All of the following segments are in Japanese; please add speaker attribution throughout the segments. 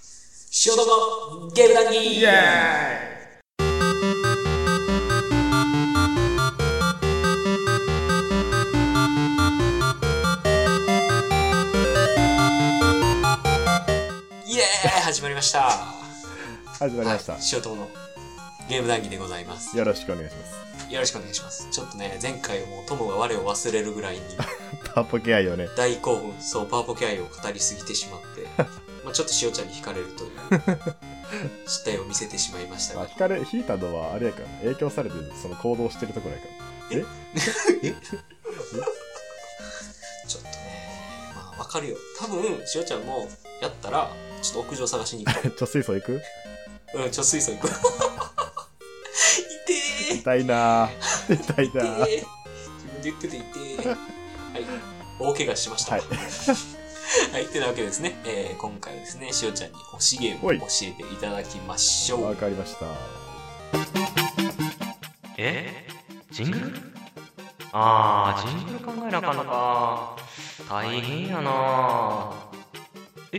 Speaker 1: 仕事のゲーム談義
Speaker 2: イエ
Speaker 1: イエーイ始まりました。
Speaker 2: ーイ始まりました、
Speaker 1: はい、仕事のゲーム談義でございます。
Speaker 2: よろしくお願いします
Speaker 1: よろしくお願いします。ちょっとね、前回もうトムが我を忘れるぐらいに
Speaker 2: パワポケ愛をね
Speaker 1: 大興奮、そう、パワポケ愛を語りすぎてしまって、まあちょっとしおちゃんに惹かれるという失態を見せてしまいました
Speaker 2: まあ
Speaker 1: が、
Speaker 2: 惹かれ引いたのはあれやからね影響されてその行動してるところやから
Speaker 1: ちょっとね、まあわかるよ。多分、しおちゃんもやったら、ちょっと屋上探しに行く。
Speaker 2: めっちゃ水素行く
Speaker 1: うん、ちょ、水槽行く。痛え
Speaker 2: 痛いなー 痛いなー
Speaker 1: え自分で言ってていてはい大怪我しました
Speaker 2: はい
Speaker 1: はいてなわけですね、えー今回はですねしおちゃんに推しゲームを
Speaker 2: おい
Speaker 1: 教えていただきましょ
Speaker 2: わ
Speaker 1: う
Speaker 2: かりました
Speaker 3: えジングルああ、ジングル考えなあかんのか。大変やなあ。え、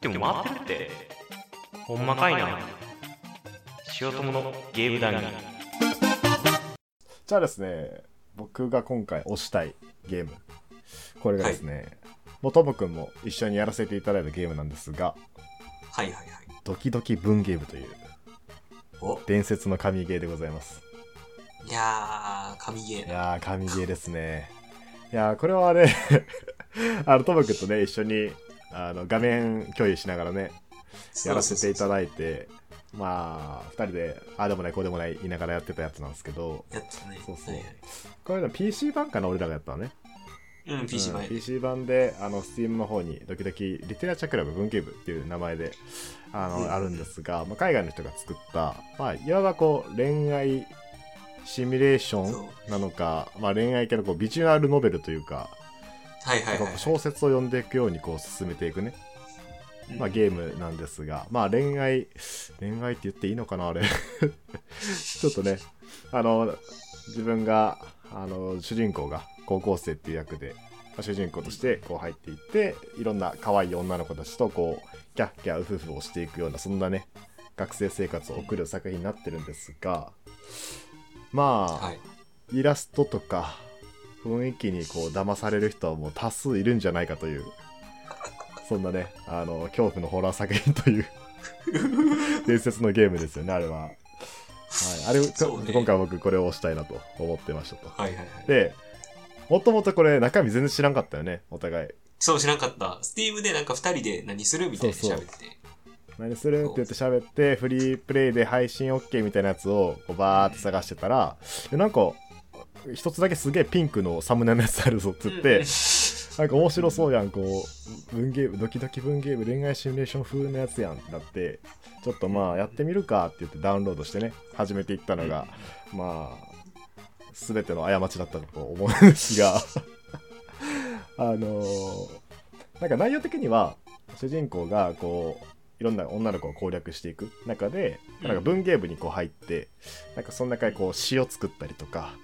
Speaker 3: でも回ってるって。ほんまかいな。塩友のゲーム談義。
Speaker 2: じゃあですね僕が今回推したいゲームこれがですね、もうともくんも一緒にやらせていただいたゲームなんですが
Speaker 1: はいはいはい
Speaker 2: ドキドキ文ゲームという
Speaker 1: お
Speaker 2: 伝説の神ゲーでございます
Speaker 1: いやー神ゲー
Speaker 2: い
Speaker 1: な
Speaker 2: やー、神ゲーですね。いやー、これはね、 あの、ともくんとね、一緒に、あの、画面共有しながらね、やらせていた
Speaker 1: だ
Speaker 2: だいて、まあ、二人で、ああでもない、こうでもない、言いながらやってたやつなんですけど、
Speaker 1: やったね
Speaker 2: そうそう
Speaker 1: はいはい
Speaker 2: これの PC 版かな、俺らがやったのね。
Speaker 1: うん PC
Speaker 2: うん
Speaker 1: 前、
Speaker 2: PC 版で、あの、Steam の方に、ドキドキリテラチャクラブ文芸部っていう名前で、あ
Speaker 1: うん
Speaker 2: の、あるんですが、まあ、海外の人が作った、まあ、いわばこう、恋愛シミュレーショ
Speaker 1: そ
Speaker 2: ンなのか、まあ、恋愛系のこう、ビジュアルノベルというか、
Speaker 1: はいはいはい
Speaker 2: 小説を読んでいくようにこう進めていくね、まあ、ゲームなんですが、まあ、恋愛恋愛って言っていいのかなあれ ちょっとねあの自分があの主人公が高校生っていう役で、まあ主人公としてこう入っていっていろんな可愛い女の子たちとこうキャッキャウフフをしていくようなそんなね学生生活を送る作品になってるんですがまあ、
Speaker 1: はい
Speaker 2: イラストとか雰囲気にこう騙される人はもう多数いるんじゃないかというそんなねあの恐怖のホラー作品 という伝説のゲームですよねあれは、はい、あれ、
Speaker 1: そうね
Speaker 2: 今回僕これを押したいなと思ってましたと
Speaker 1: はいはいはい
Speaker 2: でもともとこれ中身全然知らんかったよねお互い
Speaker 1: そう知らんかったスティームでなんか二人で何するみたいに
Speaker 2: そう
Speaker 1: 喋
Speaker 2: そう
Speaker 1: って
Speaker 2: 何するって言って喋ってフリープレイで配信 OK みたいなやつをこうバーって探してたらでなんか一つだけすげえピンクのサムネのやつあるぞって言って、なんか面白そうやん、こう、文芸部、ドキドキ文芸部恋愛シミュレーション風のやつやんってなって、ちょっとまあやってみるかって言ってダウンロードしてね、始めていったのが、まあ、すべての過ちだったと思うんですが、 あのーなんか内容的には、主人公がこう、いろんな女の子を攻略していく中で、
Speaker 1: うん
Speaker 2: なんか文芸部にこう入って、なんかその中でこう詩を作ったりとか、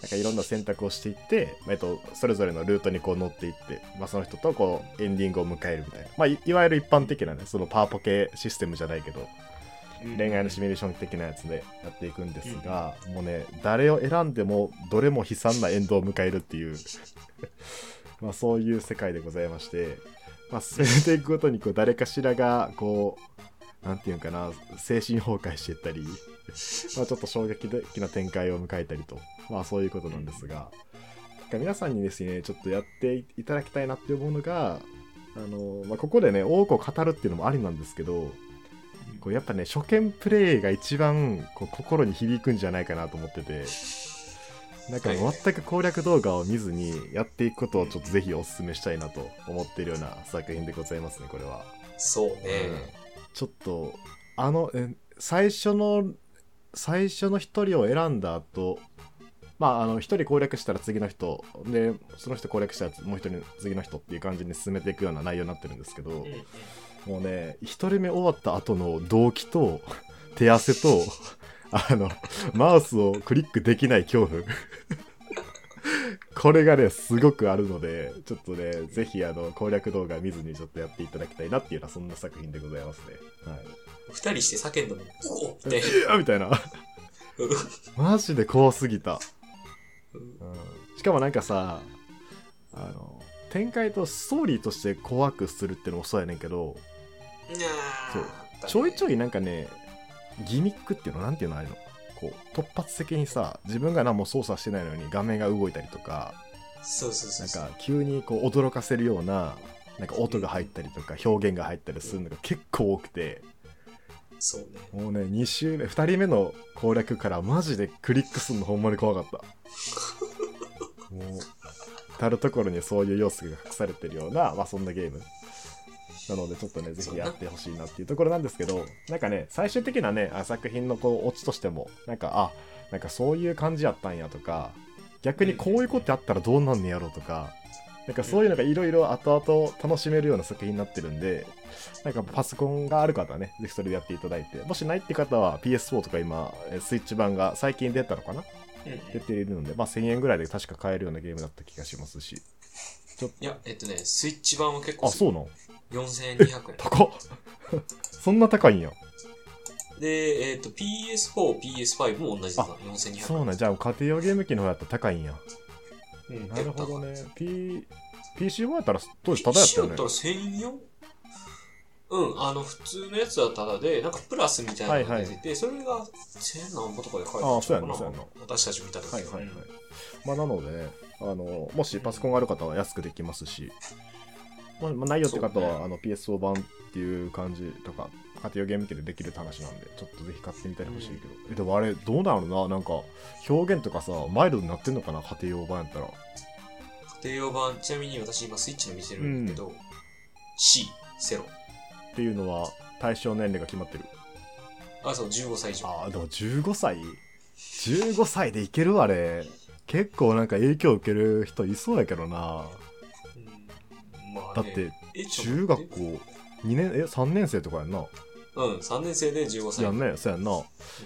Speaker 2: なんかいろんな選択をしていって、えっと、それぞれのルートにこう乗っていって、まあ、その人とこうエンディングを迎えるみたいな、まあ、いいわゆる一般的なねそのパワポケシステムじゃないけど恋愛のシミュレーション的なやつでやっていくんですが、もうね誰を選んでもどれも悲惨なエンドを迎えるっていう まあそういう世界でございまして、まあ、進めていくごとにこう誰かしらがこうなんていうんかな精神崩壊していったり、 まあ、ちょっと衝撃的な展開を迎えたりと、まあ、そういうことなんですが、なんか皆さんにですねちょっとやっていただきたいなって思うのがあの、まあ、ここでね多くを語るっていうのもありなんですけどこうやっぱね初見プレイが一番こう心に響くんじゃないかなと思っててなんか
Speaker 1: はいはい
Speaker 2: 全く攻略動画を見ずにやっていくことをちょっとぜひお勧めしたいなと思っているような作品でございますねこれは。
Speaker 1: そうね、
Speaker 2: ちょっとあのえ最初の最初の一人を選んだ後まああの一人攻略したら次の人でその人攻略したらもう一人次の人っていう感じに進めていくような内容になってるんですけど
Speaker 1: うんうん
Speaker 2: もうね一人目終わった後の動機と 手汗 とあのマウスをクリックできない恐怖これがね、すごくあるので、ちょっとね、ぜひあの攻略動画見ずにちょっとやっていただきたいなっていうような、そんな作品でございますね。はい、
Speaker 1: 二人して叫んだもん。うおっ
Speaker 2: え
Speaker 1: みたいな。
Speaker 2: うわみたいな。マジで怖すぎた。
Speaker 1: うん
Speaker 2: うんしかもなんかさあの展開とストーリーとして怖くするってのもそうやねんけど
Speaker 1: いやー
Speaker 2: そ
Speaker 1: あ
Speaker 2: う
Speaker 1: ったね
Speaker 2: ちょいちょいなんかねギミックっていうのなんていうのあれのこう突発的にさ自分が何も操作してないのに画面が動いたりとか
Speaker 1: そうそうそ
Speaker 2: な
Speaker 1: うんそう。
Speaker 2: か急にこう驚かせるようななんか音が入ったりとか表現が入ったりするのが結構多くて
Speaker 1: そうね。
Speaker 2: もうね2周目2人目の攻略からマジでクリックするのほんまに怖かったもう至る所にそういう要素が隠されてるような、まあ、そんなゲームなのでちょっとねぜひやってほしいなっていうところなんですけどなんかね最終的なねあ作品のこうオチとしてもなんかあなんかそういう感じやったんやとか逆にこういうことやったらどうなんねやろとかなんかそういうのがいろいろ後々楽しめるような作品になってるんでなんかパソコンがある方はね、ぜひそれでやっていただいて、もしないって方は PS4 とか今、えースイッチ版が最近出たのかな
Speaker 1: うんうん
Speaker 2: 出ているので、まあ1000円ぐらいで確か買えるようなゲームだった気がしますし。
Speaker 1: いや、えっとね、スイッチ版は結構
Speaker 2: あ、そうなの
Speaker 1: 4200円。
Speaker 2: 高っ そんな高いんや。
Speaker 1: で、えっと PS4、PS5 も同じだな。4200円。
Speaker 2: そうなんじゃあ家庭用ゲーム機の方やったら高いんや。
Speaker 1: うん
Speaker 2: なるほど。
Speaker 1: やっ
Speaker 2: ね。P、PC4 やったら当時
Speaker 1: た
Speaker 2: タ
Speaker 1: か
Speaker 2: ダ
Speaker 1: ら
Speaker 2: や
Speaker 1: 一緒
Speaker 2: ったよ
Speaker 1: だ
Speaker 2: ね
Speaker 1: った。ら1004うん、あの、普通のやつはただで、なんかプラスみたいなのが出てて、それが1000何本とかで書いて
Speaker 2: あそうやんな
Speaker 1: った
Speaker 2: そ
Speaker 1: のか
Speaker 2: うやん
Speaker 1: な
Speaker 2: な
Speaker 1: 私たち見た時
Speaker 2: はいはいはい
Speaker 1: うん。
Speaker 2: まあなのでね、あの、もしパソコンがある方は安くできますし、まあ、まあないよって方
Speaker 1: そう
Speaker 2: は、
Speaker 1: ね
Speaker 2: あの PSO 版っていう感じとか、家庭用ゲーム機でできるって話なんで、ちょっとぜひ買ってみたりほしいけど、えでもあれ、どうなるな、なんか、表現とかさ、マイルドになってんのかな、家庭用版やったら。
Speaker 1: 家庭用版、ちなみに私今スイッチの見てるんだけど、C、セロ。
Speaker 2: っていうのは、対象年齢が決まってる。
Speaker 1: あ、そう、15歳以上。
Speaker 2: ああ、でも15歳 ?15 歳でいけるあれ。結構なんか影響受ける人いそうやけどな。
Speaker 1: うんまあ
Speaker 2: だ
Speaker 1: ね
Speaker 2: って、
Speaker 1: えちょ
Speaker 2: 中
Speaker 1: っと待
Speaker 2: 学
Speaker 1: って
Speaker 2: 校2年、え、3年生とかやんな。
Speaker 1: うん、3年生で15歳。
Speaker 2: やんねそうやんな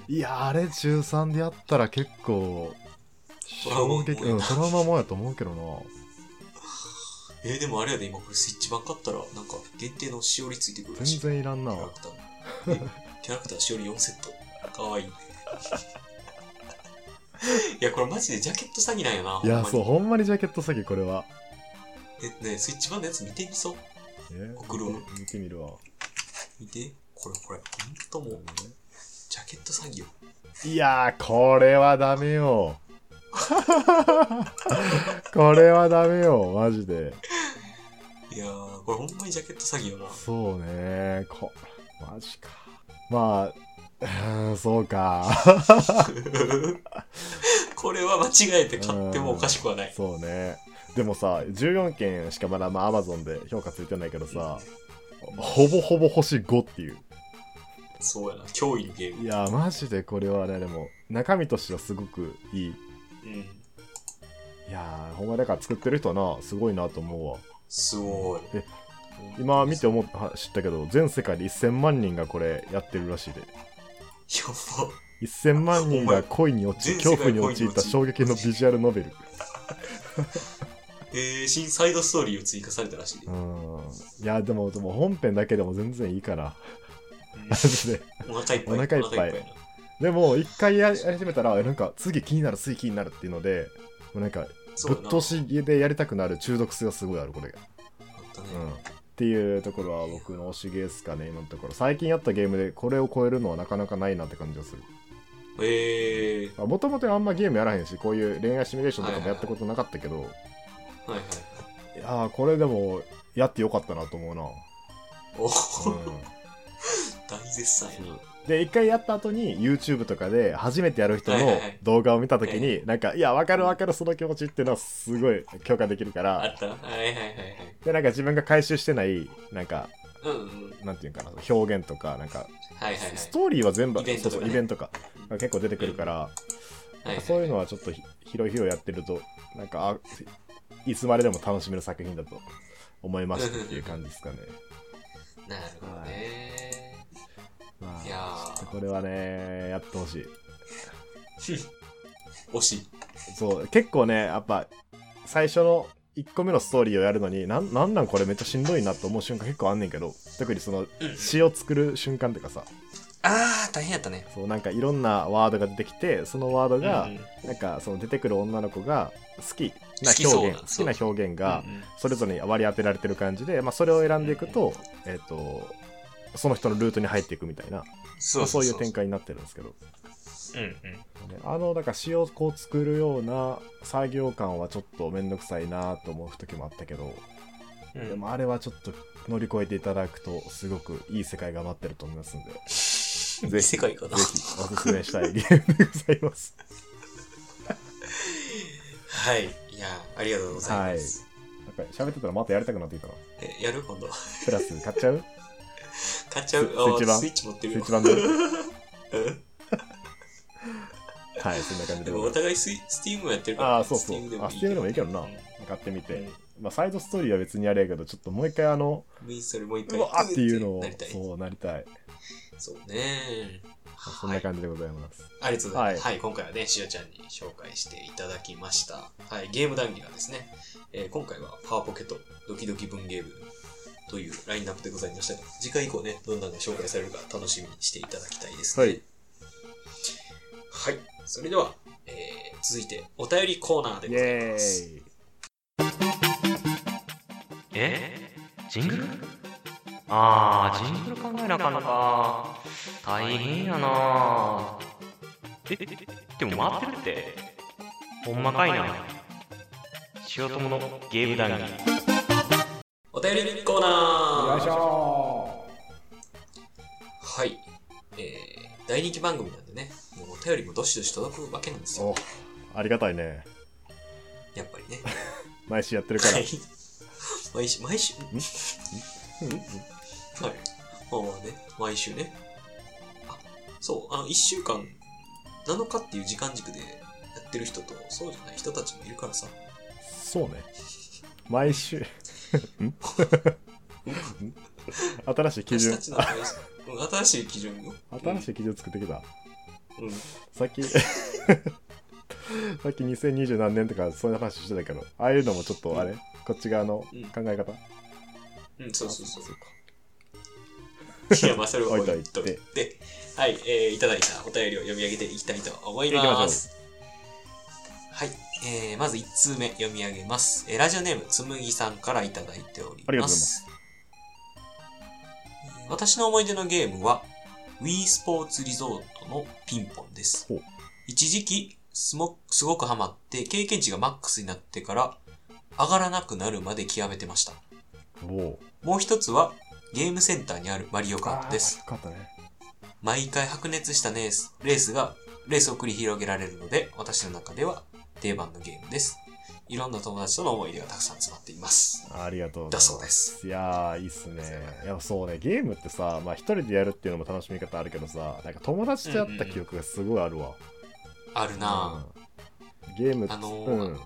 Speaker 2: いやあれ中3でやったら結構
Speaker 1: トラウマ
Speaker 2: 衝
Speaker 1: もんや
Speaker 2: 撃うんトラウマもんやと思うけどな
Speaker 1: えーでもあれやで、今これスイッチ版買ったら、なんか限定のしおりついてくるらしい。
Speaker 2: 全然いらんな
Speaker 1: キャラクター。えキャラクターしおり4セット。かわいい。いや、これマジでジャケット詐欺なんよな。
Speaker 2: いやそう
Speaker 1: う。
Speaker 2: ほんまにジャケット詐欺これは
Speaker 1: え、ねえスイッチ版のやつ見てみそう。
Speaker 2: え
Speaker 1: 送るわ
Speaker 2: 見て見てみるわ
Speaker 1: 見て。これこれ。ほんともう、ジャケット詐欺よ。
Speaker 2: いやーこれはダメ よこれはダメよマジで
Speaker 1: いやー、これほんまにジャケット詐欺よな。
Speaker 2: そうねこマジかまあ うんそうか
Speaker 1: これは間違えて買ってもおかしくはない。
Speaker 2: そうねでもさ14件しかまだまあ Amazon で評価ついてないけどさほぼほぼ星5っていう。
Speaker 1: そうやな。脅威のゲーム。
Speaker 2: いやー、マジでこれはね、でも、中身としてはすごくいい。
Speaker 1: うん。
Speaker 2: いやー、ほんまだから作ってる人はな、すごいなと思うわ。
Speaker 1: すごい。
Speaker 2: え今見て思った、は知ったけど、全世界で1000万人がこれやってるらしいで。
Speaker 1: やば。
Speaker 2: 1000万人が恋に落ち、
Speaker 1: お前
Speaker 2: 恐怖に陥った衝撃のビジュアルノベル。
Speaker 1: えー、新サイドストーリーを追加されたらしいで。
Speaker 2: う
Speaker 1: うん
Speaker 2: ーん。いや、でも、でも本編だけでも全然いいから。マジで。
Speaker 1: お腹いっぱい。
Speaker 2: お腹いっぱい
Speaker 1: やな
Speaker 2: でも、一回やり始めたら、えなんか、次気になる、次気になるっていうので、もうなんか、
Speaker 1: そう
Speaker 2: ぶ
Speaker 1: や
Speaker 2: っ
Speaker 1: な
Speaker 2: 通しでやりたくなる中毒性がすごいある、これが。
Speaker 1: あったね。
Speaker 2: うんっていうところは僕の推しゲーですかね今のところ最近やったゲームでこれを超えるのはなかなかないなって感じがする
Speaker 1: えー、
Speaker 2: もともとあんまゲームやらへんしこういう恋愛シミュレーションとかもやったことなかったけど、い
Speaker 1: はいはい。
Speaker 2: やーこれでもやってよかったなと思うな、
Speaker 1: お
Speaker 2: うん、
Speaker 1: 大絶賛やな。
Speaker 2: で一回やった後に YouTube とかで初めてやる人
Speaker 1: はいはい
Speaker 2: の
Speaker 1: はい
Speaker 2: 動画を見た時
Speaker 1: え
Speaker 2: になんかいやわかるわかるその気持ちっていうのはすごい共感できるか
Speaker 1: あ
Speaker 2: ら
Speaker 1: ったはいはいはいはい。
Speaker 2: でなんか自分が回収してないなんか
Speaker 1: うんうん。
Speaker 2: なんていうんかな表現とかなんか
Speaker 1: はいはいはい。
Speaker 2: ストーリーは全部
Speaker 1: イベントとかね
Speaker 2: そうそうイベントとかが結構出てくるから、
Speaker 1: はいはい
Speaker 2: そういうのはちょっとひ広い広いやってるとなんかあいつまででも楽しめる作品だと思いましたっていう感じですかね。
Speaker 1: なるほどね。
Speaker 2: まあ、
Speaker 1: いやー
Speaker 2: ちょっとこれはねやってほしい。
Speaker 1: 惜しい。
Speaker 2: そう結構ねやっぱ最初の1個目のストーリーをやるのになんなんなんこれめっちゃしんどいなと思う瞬間結構あんねんけど特にその
Speaker 1: うん
Speaker 2: 詩を作る瞬間っていうかさ
Speaker 1: あー、大変やったね。
Speaker 2: そうなんかいろんなワードが出てきてそのワードが
Speaker 1: うんうん
Speaker 2: なんかその出てくる女の子が好きな
Speaker 1: 好きそう
Speaker 2: 表
Speaker 1: な
Speaker 2: 現好
Speaker 1: そ
Speaker 2: き
Speaker 1: う
Speaker 2: な表現が
Speaker 1: うんうん
Speaker 2: それぞれに割り当てられてる感じで、まあ、それを選んでいくと,、えっとその人のルートに入っていくみたいな
Speaker 1: そう
Speaker 2: まあそういう展
Speaker 1: 展
Speaker 2: 開になってるんですけど
Speaker 1: 開。うんうん。
Speaker 2: ねあのだから詩をこう作るような作業感はちょっと面倒くさいなと思う時もあったけど、
Speaker 1: うん
Speaker 2: でもあれはちょっと乗り越えていただくとすごくいい世界が待ってると思いますんでぜ
Speaker 1: いい世界か
Speaker 2: ひ
Speaker 1: な
Speaker 2: お。すすめしたい理由でございます
Speaker 1: はい。いやー、ありがとうございます。
Speaker 2: なんか喋ってたらまたやりたくなってきたな
Speaker 1: え、やる今度。
Speaker 2: プラス買っちゃう
Speaker 1: 買っちゃう。
Speaker 2: ス
Speaker 1: あー
Speaker 2: スイッチ版
Speaker 1: スイッチ持ってるよ。
Speaker 2: スイッチ版で
Speaker 1: うん
Speaker 2: はいそんな感
Speaker 1: で
Speaker 2: じで
Speaker 1: も
Speaker 2: ご
Speaker 1: お
Speaker 2: ざい
Speaker 1: 互いスイスティームやってるから、
Speaker 2: ああーそうそう
Speaker 1: Steam
Speaker 2: あ Steam でもいいけどな
Speaker 1: うん
Speaker 2: ます買ってみて、
Speaker 1: うん
Speaker 2: まあ、サイドストーリーは別にあれやけどちょっともう一回あの
Speaker 1: ミンストルもう一
Speaker 2: う
Speaker 1: 回
Speaker 2: わーっていうのを
Speaker 1: なりたい
Speaker 2: そうなりたい
Speaker 1: そうね
Speaker 2: そんな感じでございます、
Speaker 1: はい、ありがとうございます。
Speaker 2: は
Speaker 1: はい、今回はね、しおちゃんに紹介していただきました。はい、ゲーム談義がですね、えー今回はパワーポケとドキドキ文芸部というラインナップでございましたが、次回以降ね、どんなのが紹介されるか楽しみにしていただきたいですね。
Speaker 2: はい。
Speaker 1: はい、それでは、えー続いてお便りコーナーで
Speaker 2: イ
Speaker 1: ござい
Speaker 2: エ
Speaker 1: ます。
Speaker 2: ーイ
Speaker 3: えジングルああジングル考えなあかんのか大変やなえでも回ってるってほんまかいな塩友のゲーム談義
Speaker 1: お便りコーナー
Speaker 2: よいしょ
Speaker 1: はい、えー大人気番組なんでね、もうお便りもどしどし届くわけなんですよ
Speaker 2: お。ありがたいね
Speaker 1: やっぱりね。
Speaker 2: 毎週やってるから
Speaker 1: はい。 毎週、毎週、はい。まあまあね、毎週ね。あ、そう、あの、1週間、7日っていう時間軸でやってる人と、そうじゃない人たちもいるからさ。
Speaker 2: そうね毎 週ん新しい基
Speaker 1: 私
Speaker 2: 準
Speaker 1: たちの会社、うん新しい基準よ。
Speaker 2: 新しい基準作ってきた
Speaker 1: うん。うん
Speaker 2: さっきさっき2020何年とかそういう話してたけどああいうのもちょっとあれ、こっち側の考
Speaker 1: うん
Speaker 2: え方、
Speaker 1: うん、そうそうそうい
Speaker 2: あ。
Speaker 1: や、まあ、それは置いとい
Speaker 2: 置い
Speaker 1: て。はい、えーいただいたお便りを読み上げていきたいと思い
Speaker 2: 行き
Speaker 1: ま
Speaker 2: まし
Speaker 1: す。はい、えーまず1通目読み上げます。えーラジオネーム、つむぎさんからいただいております。
Speaker 2: ありがとうございます
Speaker 1: えー私の思い出のゲームは、Wii スポーツリゾートのピンポンです
Speaker 2: ほう。
Speaker 1: 一時期すも、すごくハマって、経験値がマックスになってから、上がらなくなるまで極めてました。
Speaker 2: お
Speaker 1: もう一つは、ゲームセンターにあるマリオ
Speaker 2: お
Speaker 1: カートです。
Speaker 2: よかったね
Speaker 1: 毎回白熱したレースレースが、レースを繰り広げられるので、私の中では定番のゲームです。いろんな友達との思い出がたくさん詰まっています。
Speaker 2: ありがとうご
Speaker 1: だ
Speaker 2: ざいます
Speaker 1: そうです。
Speaker 2: いやーいいっすねいやそうねゲームってさまあ一人でやるっていうのも楽しみ方あるけどさなんか友達とやった記憶がすごいあるわ、
Speaker 1: あるな
Speaker 2: うんゲーム
Speaker 1: あの
Speaker 2: う
Speaker 1: ー
Speaker 2: ん
Speaker 1: ぁ、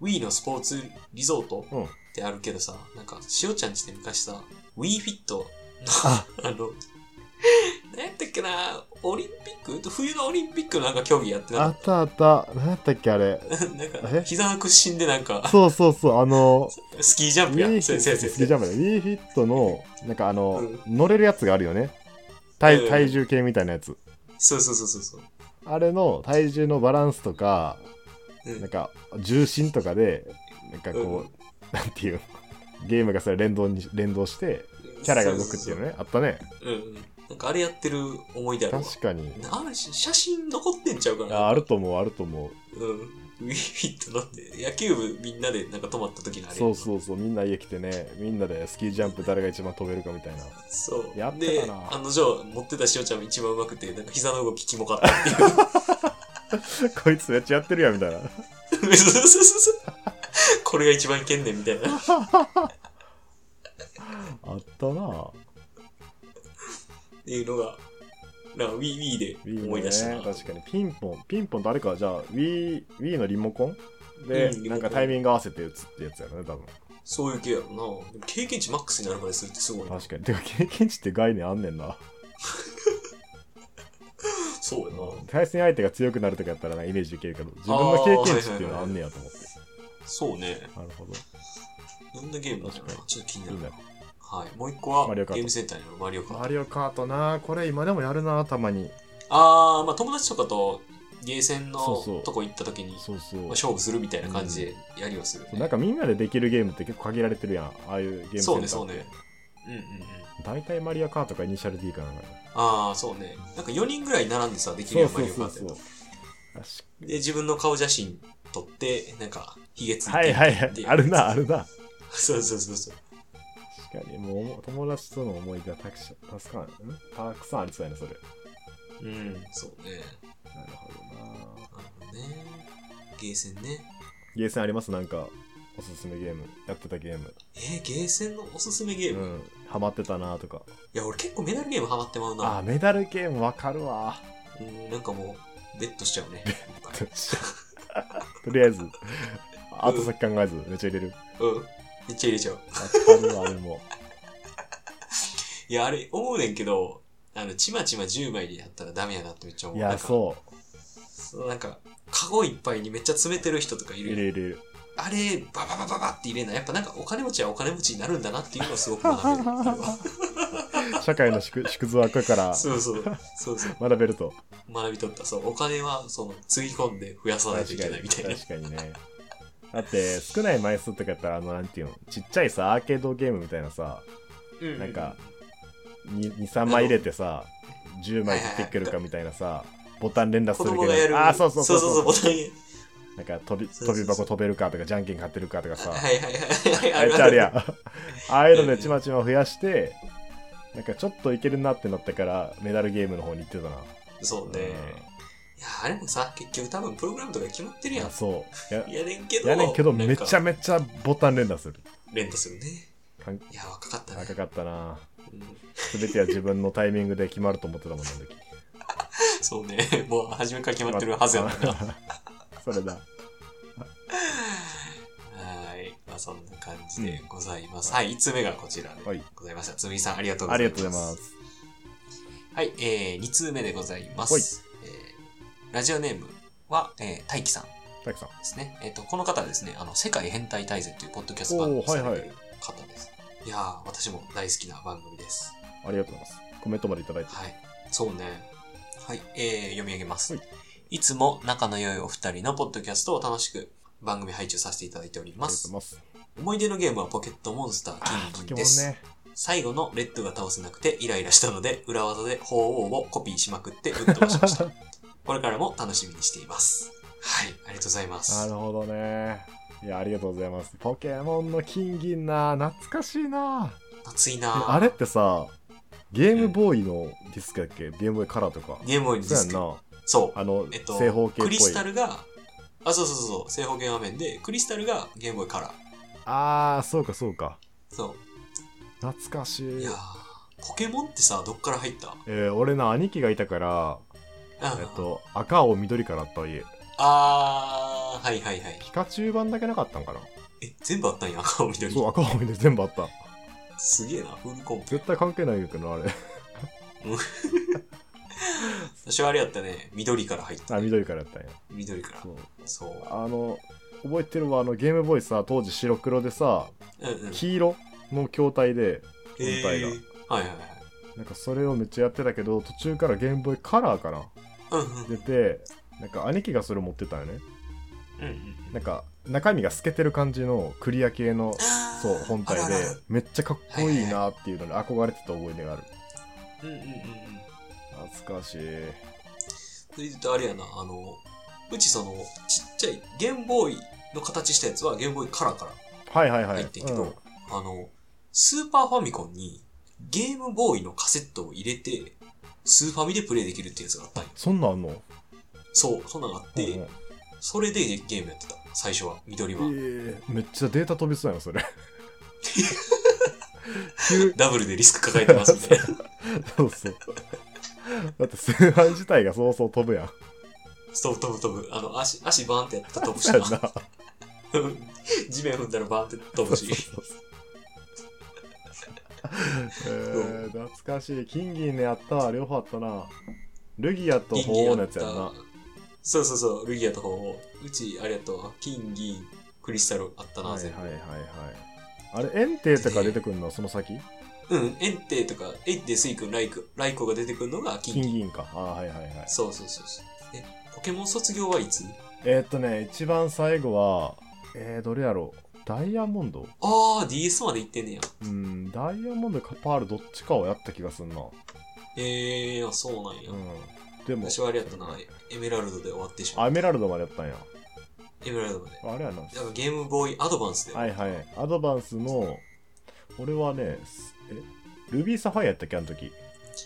Speaker 1: Wii のスポーツリゾート
Speaker 2: うん
Speaker 1: ってあるけどさ、なんか、しおちゃんちで昔さ、Wii フィット
Speaker 2: あ
Speaker 1: の、あの、何やったっけなオリンピック冬のオリンピックのなんか競技やって
Speaker 2: あ
Speaker 1: な
Speaker 2: ったあった何やったっけあれ
Speaker 1: かった。 なんか
Speaker 2: え、
Speaker 1: 膝の屈伸でなんか、
Speaker 2: そうそうそうあの
Speaker 1: スキージャン
Speaker 2: ウ
Speaker 1: プや。
Speaker 2: ィーフ
Speaker 1: 先
Speaker 2: ィ
Speaker 1: 生、
Speaker 2: ット
Speaker 1: 先
Speaker 2: 好き
Speaker 1: 生
Speaker 2: じ。ゃんウィーフィットのなんかあの、
Speaker 1: う
Speaker 2: 乗れるやつがあるよね
Speaker 1: う
Speaker 2: 体
Speaker 1: ん
Speaker 2: 体重計みたいなやつ
Speaker 1: そうそうそうそうそう。
Speaker 2: あれの体重のバランスとか
Speaker 1: うん
Speaker 2: なんか重心とかでなんかこう、なんていうゲームがそれ連動に連動してキャラが動くっていうのねあったね
Speaker 1: うんうん。なんかあれやってる思い出あるわ。
Speaker 2: 確かに
Speaker 1: あれし写真残ってんちゃうかな。
Speaker 2: ああると思うあると思う
Speaker 1: うん。ウィーフィットなんて、野球部みんなでなんか泊まった時のあれ。
Speaker 2: そうそうそうみんな家来てねみんなでスキージャンプ誰が一番飛べるかみたいな
Speaker 1: そう。
Speaker 2: やってた
Speaker 1: で、
Speaker 2: な
Speaker 1: あの定、持ってたしおちゃんも一番上手くて、なんか膝の動きキモかったっていう。
Speaker 2: こいつめっちゃやってるやんみたいな
Speaker 1: そうそうそうそう。これが一番いけんねんみたいな。
Speaker 2: あったな
Speaker 1: っていうのが、なんかウィーウィー
Speaker 2: ウィー
Speaker 1: で
Speaker 2: のね
Speaker 1: 思い出したな。
Speaker 2: 確かにピンポンピンポン誰かじゃあ Wii, Wii のリモコンで、
Speaker 1: うん
Speaker 2: な
Speaker 1: リモ
Speaker 2: んか
Speaker 1: コン
Speaker 2: タイミング合わせて打つってやつやろね多分
Speaker 1: そういう系やろな。でも経験値マックスになるまでするってすごいな。
Speaker 2: 確かにてか経験値って概念あんねんな
Speaker 1: そうやな。
Speaker 2: 対戦相手が強くなるとかやったらなイメージできるけど自分の経験値っていうのはあんねやと思って
Speaker 1: そうね。
Speaker 2: なるほど。
Speaker 1: どんなゲームだったかな
Speaker 2: 確か
Speaker 1: ちょっと気に
Speaker 2: いい
Speaker 1: な
Speaker 2: な
Speaker 1: る。はい。もう一個は、
Speaker 2: マ
Speaker 1: ゲ
Speaker 2: リオカート
Speaker 1: ームセンターにあるマリオカー
Speaker 2: マ
Speaker 1: ト。
Speaker 2: リオカートな、これ今でもやるな、たまに。
Speaker 1: あー、まあ友達とかとゲーセンの
Speaker 2: そうそう
Speaker 1: とこ行った時に、
Speaker 2: そうそ
Speaker 1: まあ
Speaker 2: う。
Speaker 1: 勝負するみたいな感じでやりはする、ね
Speaker 2: なんかみんなでできるゲームって結構限られてるやん。ああいうゲームセンター
Speaker 1: そうね、そうね。うんうんうん。
Speaker 2: 大体マリオカートかイニシャル D かなんか。
Speaker 1: ああ、そうね。なんか4人ぐらい並んでさ、できる
Speaker 2: そ
Speaker 1: や、
Speaker 2: うん
Speaker 1: マ
Speaker 2: そ
Speaker 1: リオカー
Speaker 2: うそう
Speaker 1: ト
Speaker 2: そ
Speaker 1: や
Speaker 2: う
Speaker 1: と。
Speaker 2: 確か
Speaker 1: で、自分の顔写真撮って、なんか、ひげついて。
Speaker 2: はいはいは
Speaker 1: って
Speaker 2: い。
Speaker 1: う
Speaker 2: あるな、あ。るな。
Speaker 1: そうそうそうそう。
Speaker 2: 確かに、もうおも友達との思い出はたくさん、たくさん、んたくさんありそうやな、それ。
Speaker 1: うん、そうね。
Speaker 2: なるほどな。
Speaker 1: あのね。ゲーセンね。
Speaker 2: ゲーセンありますなんか、おすすめゲーム。やってたゲーム。
Speaker 1: えー、ゲーセンのおすすめゲー
Speaker 2: う
Speaker 1: ム、い
Speaker 2: ん。ハマってたなとか。
Speaker 1: や、俺結構メダルゲームハマってまう
Speaker 2: あ
Speaker 1: な。
Speaker 2: ー、メダルゲームわかるわ。
Speaker 1: うん、なんかもう、ベッドしちゃうね。いっぱい
Speaker 2: とりあえず、後先考えず、めっちゃ入れる。
Speaker 1: うん。めっちゃ入れちゃう。
Speaker 2: わかるわ、あれも。
Speaker 1: いや、あれ、思うねんけど、あの、ちまちま10枚でやったらダメやなってめっちゃ思。
Speaker 2: いうや、
Speaker 1: う。
Speaker 2: そ。
Speaker 1: そうなんか、カゴいっぱいにめっちゃ詰めてる人とかいうるや
Speaker 2: 入
Speaker 1: ん
Speaker 2: れる入れる。
Speaker 1: あれ、バババババって入れない。やっぱなんかお金持ちはお金持ちになるんだなっていうのはすごく学べる。あれは
Speaker 2: 社会の縮縮図は赤から
Speaker 1: そうそう。そうそう。
Speaker 2: 学べると。
Speaker 1: 学び取った。そう。お金は、その、つぎ込んで増やさないといけないみたいな。
Speaker 2: 確かにね。だって、少ない枚数とかやったら、あの、なんていうの、ちっちゃいさ、アーケードゲームみたいなさ、
Speaker 1: う
Speaker 2: なんか、2、3枚入れてさ、10枚切ってくるかみたいなさ、ボタン連打す
Speaker 1: 子
Speaker 2: る
Speaker 1: 供がや
Speaker 2: け
Speaker 1: る。
Speaker 2: ど、あー、そうそうそう
Speaker 1: そう
Speaker 2: そう。
Speaker 1: ボタンや
Speaker 2: なんか飛び、
Speaker 1: そうそう
Speaker 2: 飛
Speaker 1: そう
Speaker 2: び箱飛べるかとか、じゃんけん勝ってるかとかさ。
Speaker 1: はいはいはいはい。
Speaker 2: めっちゃあるやん。
Speaker 1: あ
Speaker 2: あ あいうのでちまちま増やして、なんかちょっといけるなってなったから、メダルゲームの方に行ってたな。
Speaker 1: る。そうね。いや、あれもさ、結局多分プログラムとか決まってる
Speaker 2: うん
Speaker 1: や
Speaker 2: あそう。や
Speaker 1: ん。やねんけど。
Speaker 2: やねんけど、めちゃ
Speaker 1: め
Speaker 2: めちゃボタン連打する。
Speaker 1: レンタするね。
Speaker 2: かん
Speaker 1: いや、若かったね
Speaker 2: 高。かったな。
Speaker 1: うん
Speaker 2: すべては自分のタイミングで決まると思ってたもんなんだけど。
Speaker 1: そうね。もう初めから決まってるはずやんな。
Speaker 2: それだ。
Speaker 1: はい。まあ、そんな感じでございます。はい。5つ目がこちらで
Speaker 2: はい
Speaker 1: ございました。つむぎさん、ありがとうご
Speaker 2: あ
Speaker 1: ざ
Speaker 2: り
Speaker 1: いま
Speaker 2: がと
Speaker 1: す。
Speaker 2: うございます。
Speaker 1: はい。えー、2通目でございま
Speaker 2: はい
Speaker 1: す。えーラジオネームは、えー、大輝さんで
Speaker 2: たくさん。
Speaker 1: すね。えっ、と、この方はですね、あの、世界変態大全というポッドキャスト番組
Speaker 2: おーはい
Speaker 1: さ
Speaker 2: はい
Speaker 1: れてる方です。いやー、私も大好きな番組です。
Speaker 2: ありがとうございます。コメントまでいただいて。
Speaker 1: はい。そうね。はい。えー、読み上げます。
Speaker 2: はい
Speaker 1: い、つも仲の良いお二人のポッドキャストを楽しく番組配聴させていただいており
Speaker 2: あり
Speaker 1: ま
Speaker 2: がとうござ
Speaker 1: す
Speaker 2: い。ます。
Speaker 1: 思い出のゲームはポケットモンスタ
Speaker 2: あ
Speaker 1: ー
Speaker 2: ー、
Speaker 1: キン
Speaker 2: ポ
Speaker 1: キ
Speaker 2: ケ
Speaker 1: ン
Speaker 2: モ
Speaker 1: で
Speaker 2: ン
Speaker 1: す。
Speaker 2: ね。
Speaker 1: 最後のレッドが倒せなくてイライラしたので、裏技で鳳凰をコピーしまくってぶっ飛ばしま した。これからも楽しみにしています。はい、ありがとうございま
Speaker 2: な
Speaker 1: す
Speaker 2: る。ほどね。いや、ありがとうございます。ポケモンの金銀な、懐かしいな。
Speaker 1: 熱い
Speaker 2: え
Speaker 1: なぁ
Speaker 2: あれってさゲームボーイのディスクやっけゲームボーイカラーとか
Speaker 1: ゲームボーイのディ
Speaker 2: そ
Speaker 1: ス
Speaker 2: うやん
Speaker 1: ク。
Speaker 2: な
Speaker 1: そう。
Speaker 2: あの、
Speaker 1: えっと
Speaker 2: 正方形っぽ
Speaker 1: クリ
Speaker 2: い
Speaker 1: スタルが、あ、そうそうそうそう、正方形画面で、クリスタルがゲームボーイカラー。
Speaker 2: ああそうかそうか
Speaker 1: そ
Speaker 2: 懐かし
Speaker 1: う。い
Speaker 2: い
Speaker 1: やーポケモンってさ、どっから入った
Speaker 2: えー俺な兄貴がいたからえっ
Speaker 1: うん
Speaker 2: と赤青緑からあった家
Speaker 1: あー、はいはいはい。
Speaker 2: ピカチュウ版だけなかったんかな
Speaker 1: え、全部あったんや、赤を緑。
Speaker 2: そう赤青緑全部あった
Speaker 1: すげえな、フルコンボ
Speaker 2: 絶対関係ないけどなあれ
Speaker 1: 私はあれやったね、緑から入った、
Speaker 2: あ
Speaker 1: ね。
Speaker 2: 緑からやったんや
Speaker 1: 緑から
Speaker 2: そ。う
Speaker 1: そう。
Speaker 2: あの覚えてるわあのゲームボーイさ当時白黒でさ
Speaker 1: うんうん。
Speaker 2: 黄色の筐体で
Speaker 1: え
Speaker 2: 本体が
Speaker 1: はいはいはい。
Speaker 2: なんかそれをめっちゃやってたけど途中からゲームボーイカラーかな
Speaker 1: うんうん
Speaker 2: 出てなんか兄貴がそれ持ってたよね
Speaker 1: うんうん
Speaker 2: なんか中身が透けてる感じのクリア系の
Speaker 1: あー
Speaker 2: そう本体
Speaker 1: あ
Speaker 2: で
Speaker 1: ららら
Speaker 2: めっちゃかっこいいなっていうのに憧れてた覚えがある
Speaker 1: うんうんうんうん。
Speaker 2: 懐かしい
Speaker 1: それで言うとあれやな、あの、うちその、ちっちゃい、ゲームボーイの形したやつはゲームボーイカラーから
Speaker 2: はいはいは
Speaker 1: 入
Speaker 2: い、
Speaker 1: ってんけど、
Speaker 2: うん
Speaker 1: あの、スーパーファミコンにゲームボーイのカセットを入れて、スーファミでプレイできるってやつがあったんよ。
Speaker 2: そんなんあんの
Speaker 1: そう、そんなんがあって、
Speaker 2: うんうん
Speaker 1: それでゲームやってた、最初は、緑は。
Speaker 2: えーめっちゃデータ飛びそうやなそれ 急
Speaker 1: ダブルでリスク抱えてますみた いな。
Speaker 2: そうそうだって炊飯自体がそうそう飛ぶ やん
Speaker 1: そう、飛ぶ飛ぶ。あの、足、足バーンってやったら飛ぶし
Speaker 2: そうやん
Speaker 1: な。
Speaker 2: な
Speaker 1: 地面踏んだらバーンって飛ぶし。
Speaker 2: えー懐かしい金銀のやったわ両方あったなルギアと鳳凰のやつやんな
Speaker 1: そうそうそう、ルギアと鳳凰。うち、あれやと、金、銀、クリスタルあったな、
Speaker 2: はいはい
Speaker 1: 全部
Speaker 2: はいはいあれエンテとか出てくるのはその先
Speaker 1: うん、エンテとか、エッテ、スイ君、ライク、ライコが出てくるのが金
Speaker 2: 金
Speaker 1: 銀。
Speaker 2: 銀かあーはいはいはい
Speaker 1: そうそうそうそう。え、ポケモン卒業はいつ
Speaker 2: えー、っとね一番最後はえー、どれやろうダイヤモンド
Speaker 1: あー、DS まで行ってんねや。
Speaker 2: うんダイヤモンドかパールどっちかをやった気がすんな
Speaker 1: えー、あそうなんや。
Speaker 2: うんでも
Speaker 1: 私はあれやったな、エメラルドで終わってしま
Speaker 2: ア
Speaker 1: う。
Speaker 2: メラルドまでやったんや
Speaker 1: エメラルドまで。
Speaker 2: あれやな
Speaker 1: なんかゲームボーイアドバンスで。
Speaker 2: はいはい。アドバンスの、俺はね、すえルビーサファイアやったっけあの時。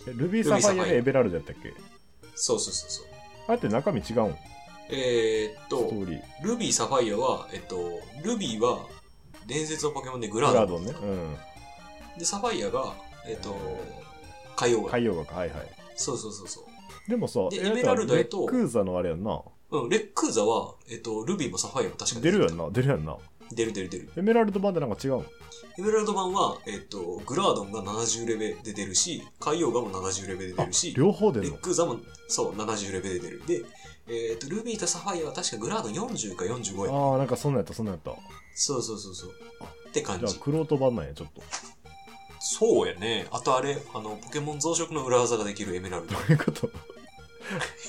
Speaker 2: えルビーサファイアでエベラルドやったっけ
Speaker 1: そうそうそうそう。
Speaker 2: あれって中身違うん
Speaker 1: えー、っ
Speaker 2: スト
Speaker 1: と、
Speaker 2: ーリー。
Speaker 1: ルビー、サファイアは、えっと、ルビーは伝説のポケモンでグラ
Speaker 2: グラ
Speaker 1: ー
Speaker 2: ド
Speaker 1: ド
Speaker 2: ンね。う
Speaker 1: で、サファイアが、えっと
Speaker 2: え、
Speaker 1: 海洋
Speaker 2: ん。
Speaker 1: が。
Speaker 2: 海洋学、はいはい。
Speaker 1: そうそうそうそう。
Speaker 2: でもさ、
Speaker 1: で
Speaker 2: え
Speaker 1: エベラルドや
Speaker 2: レ
Speaker 1: と
Speaker 2: ックーザのあれやんな。
Speaker 1: うん、レックーザは、えっと、ルビーもサファイアも確か
Speaker 2: 出るやん
Speaker 1: な。
Speaker 2: な、出るやんな。
Speaker 1: 出る出る出る。
Speaker 2: エメラルド版でなんか違うん
Speaker 1: エメラルド版は、えっと、グラードンが70レベルで出るし、海洋ガも70レベルで出るし、
Speaker 2: 両方出
Speaker 1: レ
Speaker 2: る
Speaker 1: ッ
Speaker 2: の
Speaker 1: クーザもそう70レベルで出る。で、えっと、ルビーとサファイアは確かグラードン40か45や。
Speaker 2: ああー、なんかそんなんやった、そんなんやっ
Speaker 1: そうそうそうそう。
Speaker 2: あ
Speaker 1: って感
Speaker 2: た。じ
Speaker 1: じ
Speaker 2: ゃあ、。クロート版なんや、ちょっと。 ど
Speaker 1: そうやね。あとあれ、あの、ポケモン増殖の裏技ができるエメラルド。
Speaker 2: ういうこと ど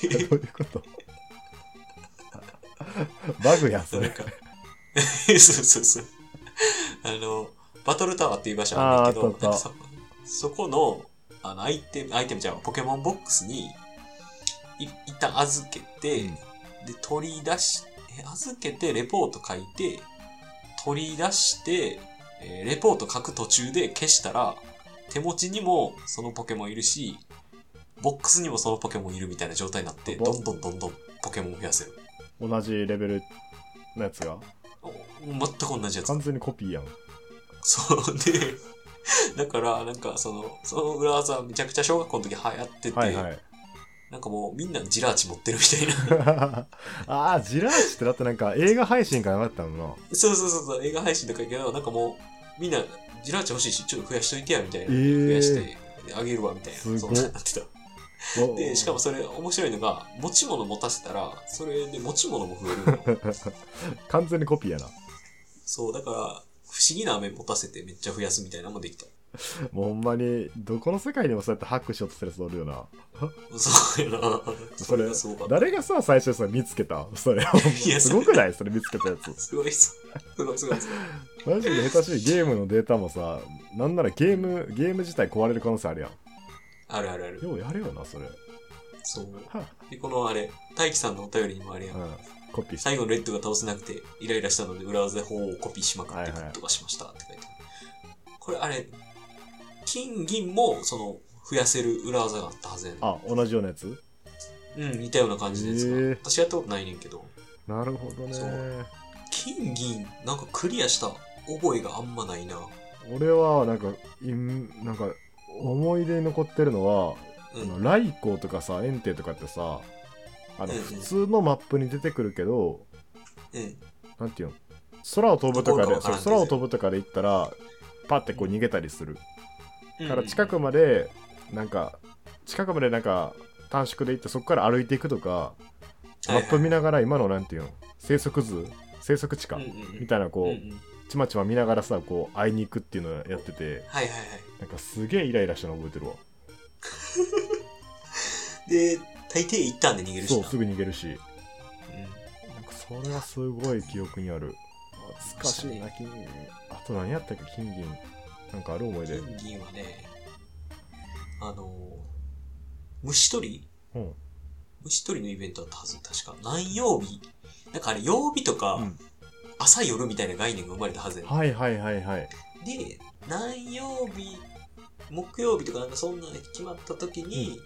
Speaker 2: ういうことバグやん、そ
Speaker 1: なん
Speaker 2: れ。
Speaker 1: か、 そうそうそう。あの、バトルタワーっていう場所なんだけど、
Speaker 2: あーあったあった
Speaker 1: なんかそそこの、あの、アイテム、アイテムじゃん、ポケモンボックスに、い一旦預けて、
Speaker 2: うん
Speaker 1: で、取り出し、え預けて、レポート書いて、取り出して、えーレポート書く途中で消したら、手持ちにもそのポケモンいるし、ボックスにもそのポケモンいるみたいな状態になって、
Speaker 2: ぼ
Speaker 1: どんどんどんどんポケモンを増やせる。
Speaker 2: 同じレベルのやつが。
Speaker 1: お全く同じやつ。
Speaker 2: 完全にコピーやん。
Speaker 1: そうで、だから、なんかその、その裏技めちゃくちゃ小学校の時流行ってて、
Speaker 2: はいはい。
Speaker 1: なんかもうみんなジラーチ持ってるみたいな。
Speaker 2: ああジラーチってだってなんか映画配信からなかったもんな
Speaker 1: そうそうそうそう、映画配信とかやけど、なんかもうみんなジラーチ欲しいし、ちょっと増やしといてや、みたいな。
Speaker 2: えー
Speaker 1: 増やしてあげるわ、みたいな。
Speaker 2: すごい
Speaker 1: そんなんなってた。
Speaker 2: お
Speaker 1: で、しかもそれ面白いのが、持ち物持たせたら、それで持ち物も増えるのよ
Speaker 2: 完全にコピーやな
Speaker 1: そう、だから、不思議な飴持たせてめっちゃ増やすみたいなのもできた。
Speaker 2: もうほんまにどこの世界にもそうやってハックしようとするやつおるよな
Speaker 1: そうやな。それがすごかった。
Speaker 2: 誰がさ最初にさ見つけたそれを
Speaker 1: いや
Speaker 2: すごくないそれ見つけたやつ
Speaker 1: すごいっす。すごいすごいすごい。
Speaker 2: マジで下手しいゲームのデータもさなんならゲームゲーム自体壊れる可能性あるやん
Speaker 1: あるあるある。
Speaker 2: ようやるよなそれ、
Speaker 1: そう。
Speaker 2: は
Speaker 1: で、このあれ、大輝さんのお便りにもあれや。
Speaker 2: うんん、コピーして
Speaker 1: 最後のレッドが倒せなくて、イライラしたので裏技法をコピーしまくって、グ
Speaker 2: はいはい
Speaker 1: ッとかしましたって書いてある。これあれ、金銀も、その、増やせる裏技があったはずやね
Speaker 2: あ同じようなやつ
Speaker 1: うん、似たような感じですが、
Speaker 2: へー
Speaker 1: 私やったことないねんけど、
Speaker 2: なるほどね
Speaker 1: そう金銀、なんかクリアした覚えがあんまないな。
Speaker 2: 俺はなんかいんなんか思い出に残ってるのは
Speaker 1: う
Speaker 2: あ
Speaker 1: ん。
Speaker 2: のライコーとかさエンテとかってさあの
Speaker 1: うんうん
Speaker 2: 普通のマップに出てくるけど、
Speaker 1: うん。
Speaker 2: なんていうの空を飛ぶとか
Speaker 1: どこ
Speaker 2: で
Speaker 1: かわからん
Speaker 2: そう空を飛ぶとかで行ったらパッてこう逃げたりする、
Speaker 1: うん
Speaker 2: から近くまでなんか近くまでなんか短縮で行ってそこから歩いていくとかマップ見ながら今のなんていうの生息図生息地か、
Speaker 1: うんうん
Speaker 2: みたいな
Speaker 1: うんう
Speaker 2: こ
Speaker 1: ん
Speaker 2: うちまちま見ながらさこう会いに行くっていうのをやってて
Speaker 1: はいはいはい。
Speaker 2: なんかすげえイライラしたの覚えてるわ
Speaker 1: で、大抵一旦で逃げるし
Speaker 2: そう
Speaker 1: な。
Speaker 2: すぐ逃げるし
Speaker 1: うん
Speaker 2: なんかそれはすごい記憶にある。懐かしいな、金銀。あと何やったっけ、金銀。なんかある思い出。
Speaker 1: 金銀はね、あの、虫取り
Speaker 2: うん。
Speaker 1: 虫取りのイベントだったはず、確か。何曜日なんかあれ、曜日とか、
Speaker 2: うん
Speaker 1: 朝夜みたいな概念が生まれたはずやね
Speaker 2: はいはいはいはい。
Speaker 1: で、何曜日、木曜日とかなんかそんな決まった時に、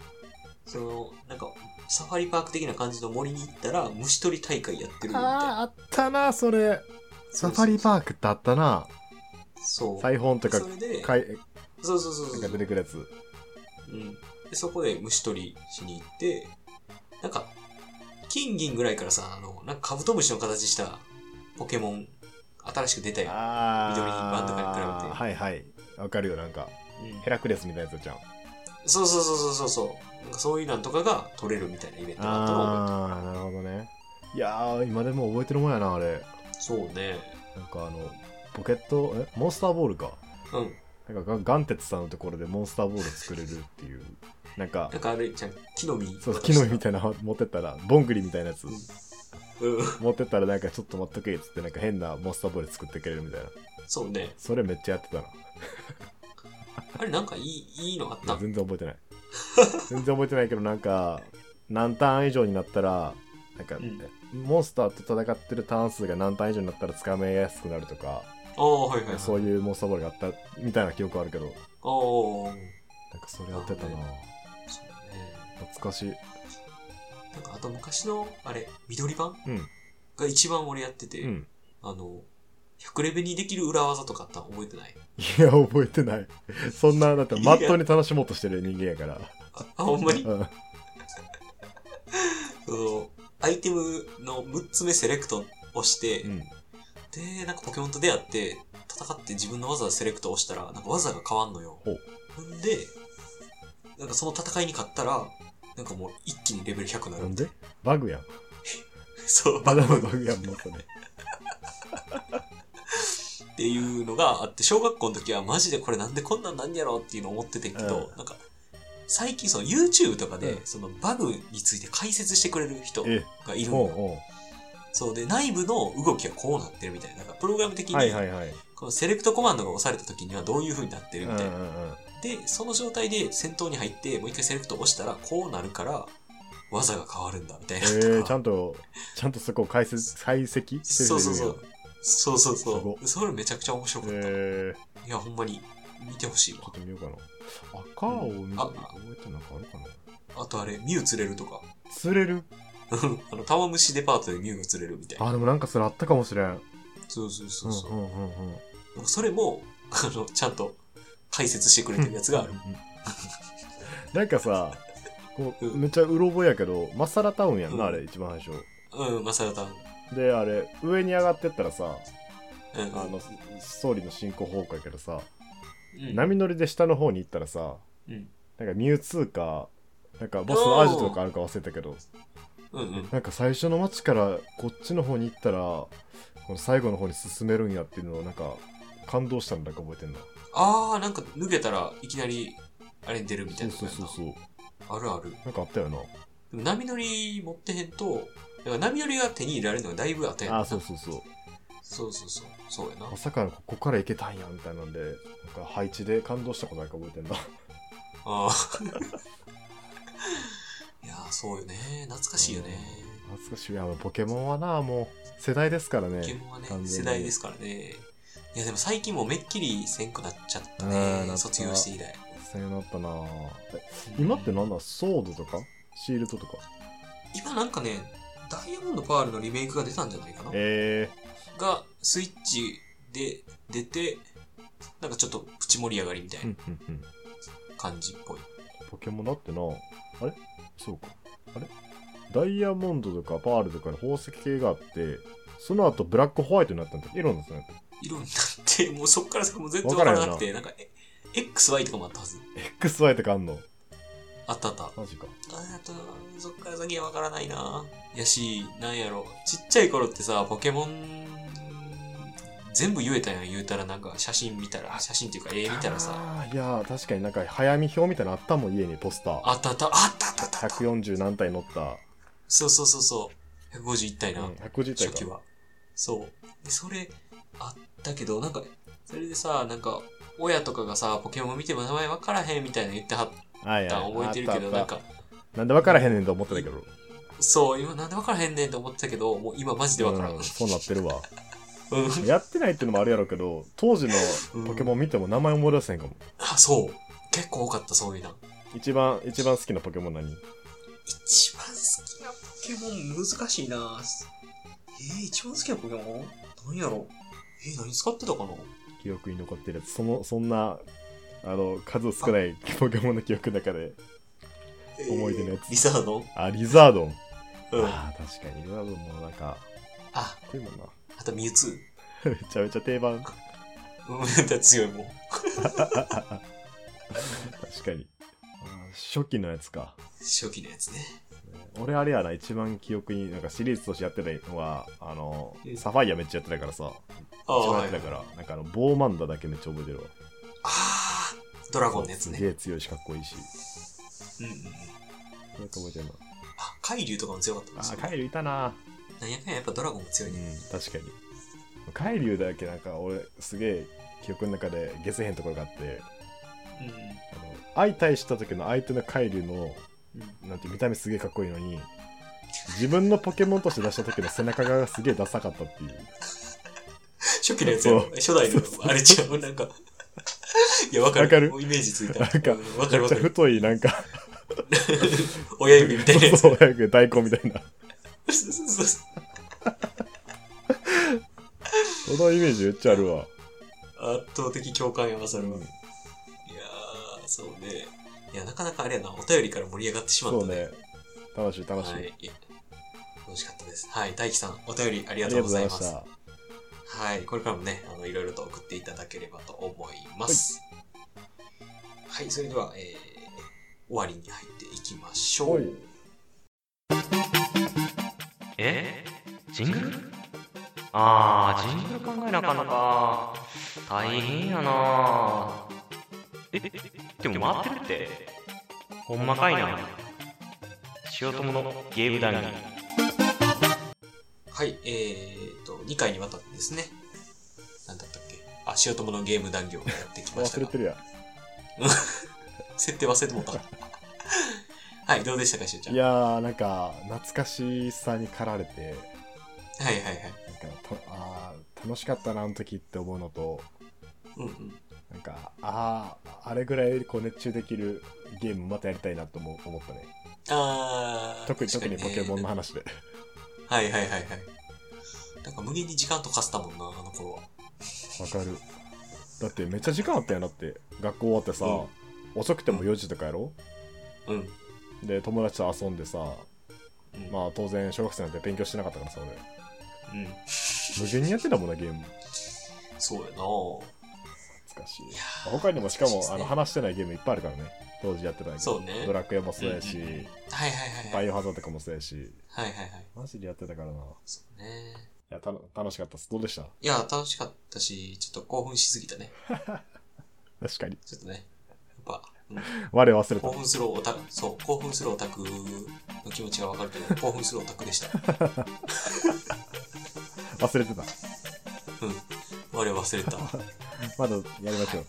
Speaker 1: その、なんか、サファリパーク的な感じの森に行ったら、虫取り大会やってるみたい
Speaker 2: あ
Speaker 1: な。
Speaker 2: あ、あったな、それ。サファリパークってあったな。
Speaker 1: そう。
Speaker 2: サイホンとか
Speaker 1: そ、れで、
Speaker 2: かい
Speaker 1: そうそうそう
Speaker 2: な
Speaker 1: そ
Speaker 2: ん
Speaker 1: う
Speaker 2: か出てくるやつ。
Speaker 1: うん、でそこで虫取りしに行ってなんか金銀ぐらいからさあのなんかカブトムシの形したポケモン新しく出たよ、
Speaker 2: あ
Speaker 1: 緑版とかに比べて
Speaker 2: はいはい。わかるよ、なんか。
Speaker 1: うん
Speaker 2: ヘラクレスみたいなやつじゃん。
Speaker 1: そうそうそうそうそうそうなんかそういうなんとかが取れるみたいなイベントだったのを覚
Speaker 2: ああ、なるほどね。いやー、今でも覚えてるもんやな、あれ。
Speaker 1: えてるそうね
Speaker 2: なんかあのポケットえモンスターボールか
Speaker 1: うん。
Speaker 2: なんかガガンテツさんのところでモンスターボールを作れるっていうな んか
Speaker 1: なんかあれじゃん、木の実。
Speaker 2: そう木の実み
Speaker 1: たい
Speaker 2: たいなの持ってったらボングリみたいなやつ
Speaker 1: うん。
Speaker 2: 持ってったらなんかちょっと待っとけっつってなんか変なモンスターボール作ってくれるみたいな
Speaker 1: そうね。
Speaker 2: それめっちゃやってたな
Speaker 1: あれなんかいい、いいのあっ
Speaker 2: い
Speaker 1: た
Speaker 2: や。全然覚えてない全然覚えてないけどなんか何ターン以上になったらなんか、
Speaker 1: うん
Speaker 2: モンスターと戦ってるターン数が何ターン以上になったら掴めやすくなるとか、
Speaker 1: ああ、はいはいはい。
Speaker 2: そういうモンスターボールがあったみたいな記憶あるけど
Speaker 1: ああ、
Speaker 2: なんかそれやって
Speaker 1: あ
Speaker 2: たな
Speaker 1: そうね。
Speaker 2: 懐かしい
Speaker 1: なんかあと昔の、あれ、緑版
Speaker 2: うん
Speaker 1: が一番俺やってて、
Speaker 2: うん
Speaker 1: あの、100レベルにできる裏技とかあったの覚えてない
Speaker 2: いや覚えてないそんなだってまっとうに楽しもうとしてる人間やから
Speaker 1: あ、あほん まに。
Speaker 2: うん
Speaker 1: その、アイテムの6つ目セレクト押して、
Speaker 2: うん
Speaker 1: で、なんかポケモンと出会って、戦って自分の技でセレクト押したら、なんか技が変わんのよ
Speaker 2: ほ。
Speaker 1: ほんで、なんかその戦いに勝ったら、なんかもう一気にレベル100にな
Speaker 2: な
Speaker 1: る
Speaker 2: ん。でバグやん
Speaker 1: そう、
Speaker 2: ま
Speaker 1: バ
Speaker 2: だ
Speaker 1: グ
Speaker 2: バグやんもうそれ
Speaker 1: っていうのがあって、小学校の時はマジでこれなんでこんなんなんやろっていうの思っててんけど、
Speaker 2: うん
Speaker 1: なんか、最近その YouTube とか
Speaker 2: う
Speaker 1: で、
Speaker 2: ん
Speaker 1: そのバグについて解説してくれる人
Speaker 2: え
Speaker 1: がいる
Speaker 2: おう
Speaker 1: の。
Speaker 2: お
Speaker 1: そうで、内部の動きはこうなってるみたいな。なんかプログラム的
Speaker 2: うはい
Speaker 1: に、
Speaker 2: はいはい
Speaker 1: このセレクトコマンドが押された時にはどういう風になって
Speaker 2: う
Speaker 1: るみ
Speaker 2: んうん
Speaker 1: た
Speaker 2: う
Speaker 1: いな。
Speaker 2: ん
Speaker 1: で、その状態で戦闘に入って、もう一回セレクト押したら、こうなるから、技が変わるんだ、みたい
Speaker 2: え
Speaker 1: な。と
Speaker 2: ー、ちゃ
Speaker 1: か
Speaker 2: んと、ちゃんとそこを解説、解析して
Speaker 1: そうそうそう
Speaker 2: る。
Speaker 1: そうそう
Speaker 2: すご
Speaker 1: そ
Speaker 2: っ
Speaker 1: う。それめちゃくちゃ面白か
Speaker 2: 人
Speaker 1: っ
Speaker 2: い
Speaker 1: た。い
Speaker 2: るよえー、
Speaker 1: や、ほんまに、見てほしい
Speaker 2: ちょ
Speaker 1: わ
Speaker 2: っ。と見ようかな。赤を見た
Speaker 1: あ
Speaker 2: 覚えてなんかあるかな
Speaker 1: あとあれ、ミュウ釣れるとか。
Speaker 2: 釣れる
Speaker 1: あの、タワムシデパートでミュウが釣れるみたいな。
Speaker 2: あ、でもなんかそれあったかもしれん。
Speaker 1: そうそうそうそう。
Speaker 2: んうんうんうん。
Speaker 1: なんかそれも、あの、ちゃんと解説してくれてるやつがある。
Speaker 2: なんかさ、こう
Speaker 1: うん
Speaker 2: めっちゃうろ覚えやけど、マサラタウンやんな、
Speaker 1: うん
Speaker 2: あれ、一番最初。
Speaker 1: うん、マサラタン。
Speaker 2: で、あれ、上に上がってったらさ、
Speaker 1: うん。
Speaker 2: あの、スストーリーの進行方向やけどさ、
Speaker 1: うん、
Speaker 2: 波乗りで下の方に行ったらさ、
Speaker 1: うん。
Speaker 2: なんかミュウツーか、なんかボスのアジトとかあるか忘れたけど、
Speaker 1: うんうん。
Speaker 2: なんか最初の街からこっちの方に行ったらこの最後の方に進めるんやっていうのをなんか感動したのなんか覚えてんな
Speaker 1: あー、なんか抜けたらいきなり、あれに出るみた
Speaker 2: そ
Speaker 1: いうな
Speaker 2: そうそうそう
Speaker 1: う。あるある。
Speaker 2: なんかあったよな
Speaker 1: でも波乗り持ってへんと、だから波乗りが手に入れられるのがだいぶ後やん
Speaker 2: あ
Speaker 1: な
Speaker 2: ーそうそうそう
Speaker 1: そうそうそう。そうやな
Speaker 2: ま。さかのここから行けたんやみたいなんでなんか配置で感動したことなんか覚えてんな
Speaker 1: あー いやー、そうよね。懐かしいよね。
Speaker 2: 懐かしいいやもうポケモンはなもう世代ですからね
Speaker 1: ポケモンはね
Speaker 2: 完全、に
Speaker 1: 世代ですからね。いや、でも最近もうめっきりせんくなっちゃった
Speaker 2: あーなった
Speaker 1: ね。卒業して以来。
Speaker 2: そうなったなえ今ってなんだソードとかシールドとか
Speaker 1: 今なんかね、ダイヤモンドパールのリメイクが出たんじゃないかな
Speaker 2: え
Speaker 1: が、スイッチで出て、なんかちょっとプチ盛り上がりみた
Speaker 2: ー、
Speaker 1: いな
Speaker 2: う
Speaker 1: ん
Speaker 2: うんうん
Speaker 1: 感じっぽい。
Speaker 2: ポケモンだってなあれそうかあれダイヤモンドとかパールとかの宝石系があってその後ブラックホワイトになったんだエロなんですね
Speaker 1: 色になって、もうそっから先も全然わからなくて、なんか、え XY とかもあったはず。
Speaker 2: XY とかあんの
Speaker 1: あったあった。あ
Speaker 2: マジか
Speaker 1: あと、そっから先はわからないな。やし、なんやろ。ちっちゃい頃ってさ、ポケモン、全部言えたやん言うたらなんか写真見たら、写真っていうか絵見たらさ、
Speaker 2: あーいやー確かになんか早見表みたいなのあったもん家にポスター
Speaker 1: あったあった、あったあったあったあった。
Speaker 2: 140何体乗った、
Speaker 1: そうそうそうそう。151体な、
Speaker 2: うん、150体
Speaker 1: 初期
Speaker 2: か
Speaker 1: は。そう。で、それ、あったけど、なんか、それでさ、なんか、親とかがさ、ポケモン見ても名前わからへんみたいなの言ってはっ
Speaker 2: はい
Speaker 1: た
Speaker 2: はい
Speaker 1: ん覚えてるけ
Speaker 2: あ
Speaker 1: ど、
Speaker 2: ったあ
Speaker 1: な
Speaker 2: っ
Speaker 1: ん
Speaker 2: た
Speaker 1: か、
Speaker 2: なんで分からへんねんと思ってたけど
Speaker 1: そう、今なんでわからへんねんと思ってたけど、もう今マジでわからん。
Speaker 2: うん、そうなってるわ
Speaker 1: うん
Speaker 2: やってないっていうのもあるやろうけど当時のポケモン見ても名前思い出せへんかも、
Speaker 1: あ、そう。結構多かった、そういうの。
Speaker 2: 一番一番好きなポケモン何
Speaker 1: 一番好きなポケモン難しいなえー、一番好きなポケモン何やろえー、何使ってたかな
Speaker 2: 記憶に残ってるやつそのそんなあの数少ないポケモンの記憶の中で思い出のや
Speaker 1: え
Speaker 2: つ
Speaker 1: ーリザードン
Speaker 2: あリザードン、
Speaker 1: うん。
Speaker 2: あー確かにリザードンもなんか
Speaker 1: あ、
Speaker 2: こういうもんな
Speaker 1: あとミュウツ
Speaker 2: めちゃめちゃ定番
Speaker 1: ー。うん、 だから強いもん。
Speaker 2: 確かにあー初期のやつか
Speaker 1: 初期のやつね。
Speaker 2: 俺あれやな一番記憶になんかシリーズとしてやってたのはあの
Speaker 1: うん
Speaker 2: サファイアめっちゃやってたからさ
Speaker 1: ああ
Speaker 2: 一番
Speaker 1: は
Speaker 2: や
Speaker 1: い
Speaker 2: ってたから、なんかあの、ボーマンダだけめっちゃ覚えてるわ。
Speaker 1: あードラゴンのやつ
Speaker 2: す
Speaker 1: ね
Speaker 2: げえ強いし、かっこいいし。
Speaker 1: うんうんうん
Speaker 2: それだけ覚えてるな。
Speaker 1: あ海竜とかも強かったん
Speaker 2: あ
Speaker 1: です
Speaker 2: ー、
Speaker 1: よ
Speaker 2: カイリュウいたな。
Speaker 1: なんやかんややっぱドラゴンも強
Speaker 2: う
Speaker 1: い
Speaker 2: ん
Speaker 1: ね、
Speaker 2: 確かに。カイリュウだけなんか、俺、すげえ記憶の中でゲスへんところがあって、あの相対した時の相手のカイリュウの
Speaker 1: うんうん
Speaker 2: なんて見た目すげえかっこいいのに自分のポケモンとして出した時の背中側がすげえダサかったっていう
Speaker 1: 初期のやつやろ
Speaker 2: そう
Speaker 1: 初代のあれちゃうなんか いやわかる
Speaker 2: わかる
Speaker 1: もうイメージついた
Speaker 2: なんか
Speaker 1: うんわかる
Speaker 2: め
Speaker 1: わ
Speaker 2: っち
Speaker 1: か
Speaker 2: ゃ
Speaker 1: る
Speaker 2: 太いなんか
Speaker 1: 親指みたいなやつ
Speaker 2: そうなんか大根みたいな
Speaker 1: そうそうそうそう
Speaker 2: そのイメージめっちゃあるわ
Speaker 1: 圧倒的共感やわそれは、
Speaker 2: うん
Speaker 1: いやーそうねいやなかなかあれやなお便りから盛り上がってしまった
Speaker 2: そうね楽しい楽しい、
Speaker 1: はい
Speaker 2: あり
Speaker 1: 楽しかったですはい大輝さんお便りあり
Speaker 2: が
Speaker 1: が
Speaker 2: と
Speaker 1: とう
Speaker 2: う
Speaker 1: ご
Speaker 2: ござ
Speaker 1: ざ
Speaker 2: い
Speaker 1: い
Speaker 2: ま
Speaker 1: ま
Speaker 2: し
Speaker 1: す
Speaker 2: た
Speaker 1: はい、これからもね、あのいろいろと送っていただければと思います。はい、それでは、えー終わりに入っていきましょ
Speaker 2: は
Speaker 1: う
Speaker 2: い。
Speaker 3: えジングルああ、ジングル考えなあかんのか。大変やな。え、でも回ってるって。ほんまかいな。塩友のゲーム談義。
Speaker 1: はい、えー、と、2回にわたってですね、なんだったっけ、あ、塩友のゲーム談義をやってきました
Speaker 2: 忘れ
Speaker 1: が
Speaker 2: て、るや
Speaker 1: 設定忘れてもう た。はい、どうでしたか、しゅうちゃん。
Speaker 2: いやーなんか懐かしさに駆られて
Speaker 1: はいはいはい。
Speaker 2: なんかとあー楽しかったなあの時って思うのと
Speaker 1: うんうん。
Speaker 2: なんかあああれぐらいこう熱中できるゲームまたやりたいなと思思ったね
Speaker 1: あー、
Speaker 2: 特に
Speaker 1: 確
Speaker 2: 特
Speaker 1: かね
Speaker 2: にポケモンの話で
Speaker 1: はいはいはいはい。なんか無限に時間とかせたもんな、あの頃は。
Speaker 2: わかるだってめっちゃ時間あったよなって学校終わってさ、
Speaker 1: うん
Speaker 2: 遅くても4時とかやろ
Speaker 1: うん。うん
Speaker 2: で友達と遊んでさまあ当然小学生なんて勉強してなかったからさ俺
Speaker 1: うん、
Speaker 2: 無限にやってたもんなゲーム
Speaker 1: そうやな
Speaker 2: 懐かしい
Speaker 1: いやー
Speaker 2: 他にもしか
Speaker 1: 懐
Speaker 2: も
Speaker 1: しいっすね
Speaker 2: あの話してないゲームいっぱいあるからね当時やってたゲーム
Speaker 1: そうね
Speaker 2: ドラクエもそうやし、
Speaker 1: うんうんうんはいはいは
Speaker 2: バ
Speaker 1: いはい。
Speaker 2: イオハザードとかもそうやし
Speaker 1: はいはいはい。
Speaker 2: マジでやってたからない
Speaker 1: そうね。
Speaker 2: やたの楽しかったですどうでした
Speaker 1: いや、楽しかったし、ちょっと興奮しすぎたね。
Speaker 2: 確かに
Speaker 1: ちょっとね。やっぱ、うん
Speaker 2: 我忘れた
Speaker 1: 興奮するオタク、そう、興奮するオタクの気持ちがわかるけど、興奮するオタクでした。
Speaker 2: 忘れてた
Speaker 1: 我忘れた。
Speaker 2: まだやりましょう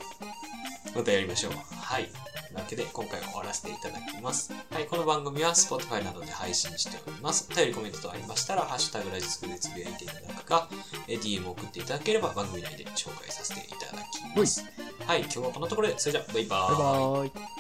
Speaker 1: またやりましょう。はい。というわけで、今回は終わらせていただきます。はい、この番組は Spotify などで配信しております。お便りコメントとありましたら、ハッシュタグラジスクでつぶやいていただくか、えー DM を送っていただければ番組内で紹介させていただきます。はい、今日はこんなところで、それじゃあ、バイバ
Speaker 2: バイ
Speaker 1: ーイ。
Speaker 2: バーイ